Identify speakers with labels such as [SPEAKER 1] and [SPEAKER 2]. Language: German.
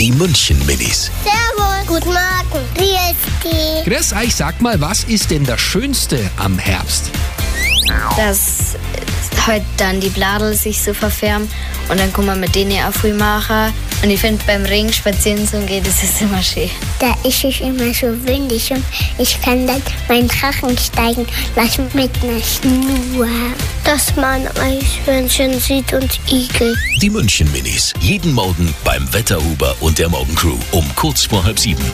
[SPEAKER 1] Die München Minis.
[SPEAKER 2] Servus. Guten Morgen. Wie ist die?
[SPEAKER 3] Grüß euch, sag mal, was ist denn das Schönste am Herbst?
[SPEAKER 4] dass heute dann die Bladel sich so verfärben und dann kann man mit denen auch viel machen. Und ich finde, beim Regen spazieren zu gehen, das ist immer schön.
[SPEAKER 2] Da ist es immer so windig und ich kann dann meinen Drachen steigen lassen mit einer Schnur. Dass man Eichhörnchen sieht und Igel.
[SPEAKER 1] Die München Minis. Jeden Morgen beim Wetterhuber und der Morgencrew um kurz vor halb sieben.